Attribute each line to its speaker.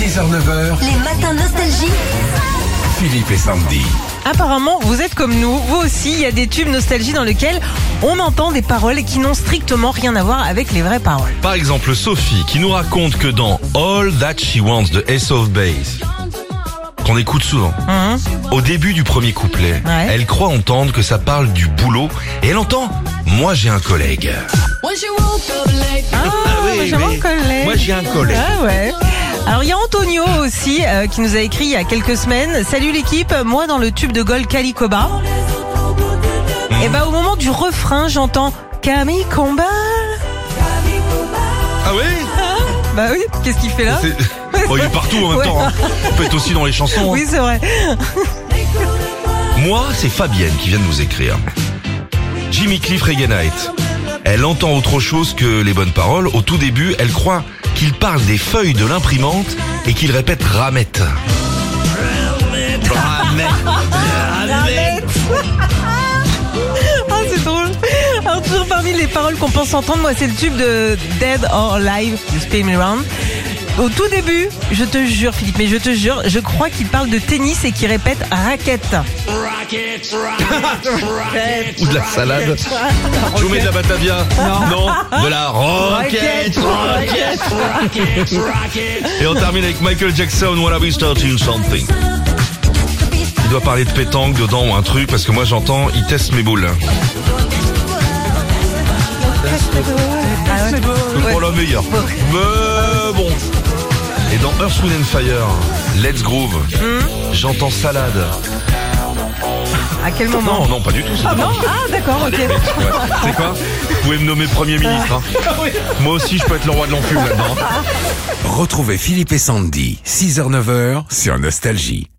Speaker 1: 6h-9h,
Speaker 2: Les matins nostalgiques.
Speaker 1: Philippe et Sandy.
Speaker 3: Apparemment, vous êtes comme nous, vous aussi, il y a des tubes nostalgie dans lesquels on entend des paroles qui n'ont strictement rien à voir avec les vraies paroles.
Speaker 4: Par exemple, Sophie qui nous raconte que dans All That She Wants de Ace of Base, qu'on écoute souvent,
Speaker 3: Hein
Speaker 4: au début du premier couplet,
Speaker 3: Ouais.
Speaker 4: elle croit entendre que ça parle du boulot et elle entend Moi j'ai un collègue.
Speaker 5: When she woke up late,
Speaker 3: Ah,
Speaker 4: oui,
Speaker 3: moi, j'ai
Speaker 4: oui.
Speaker 3: un collègue.
Speaker 4: Moi, j'ai un collègue.
Speaker 3: Ah ouais. Alors il y a Antonio aussi euh, qui nous a écrit il y a quelques semaines. Salut l'équipe, moi dans le tube de Gol Calicoba.
Speaker 4: Hmm.
Speaker 3: Et bah au moment du refrain, j'entends Camille Combat.
Speaker 4: Ah oui
Speaker 3: Bah oui, qu'est-ce qu'il fait là
Speaker 4: C'est- Oh, Il est partout en même
Speaker 3: Ouais.
Speaker 4: temps. hein. Il peut être aussi dans les chansons. hein.
Speaker 3: Oui, c'est vrai.
Speaker 4: Moi, c'est Fabienne qui vient de nous écrire. Jimmy Cliff Reggae Night. Elle entend autre chose que les bonnes paroles. Au tout début, elle croit qu'il parle des feuilles de l'imprimante et qu'il répète ramette.
Speaker 3: Ah, c'est drôle. Alors, toujours parmi les paroles qu'on pense entendre, moi, c'est le tube de Dead or Alive de Spin Me Round. Au tout début, je te jure, Philippe, mais je te jure, je crois qu'il parle de tennis et qu'il répète raquette.
Speaker 5: rockets, rockets, rockets.
Speaker 4: Ou de la salade. Je vous mets de la batavia. Non. De la roquette.
Speaker 5: Rockets, rockets, rockets.
Speaker 4: Et on termine avec Michael Jackson, Wanna Be Starting Something. Il doit parler de pétanque dedans ou un truc parce que moi j'entends, il teste mes boules.
Speaker 3: Ah ouais.
Speaker 4: C'est
Speaker 3: Ouais.
Speaker 4: pour le meilleur. Mais bon. Et dans Earth, Wind and Fire, Let's Groove,
Speaker 3: Hmm
Speaker 4: j'entends salade.
Speaker 3: À quel
Speaker 4: Non,
Speaker 3: moment
Speaker 4: non, pas du tout. c'est
Speaker 3: Ah
Speaker 4: pas
Speaker 3: bon
Speaker 4: moi.
Speaker 3: Ah, d'accord, ok.
Speaker 4: Ouais. C'est quoi Vous pouvez me nommer Premier ministre.
Speaker 3: Ah
Speaker 4: hein. Moi aussi, je peux être le roi de l'enfume là-dedans.
Speaker 1: Retrouvez Philippe et Sandy, 6h-9h, sur Nostalgie.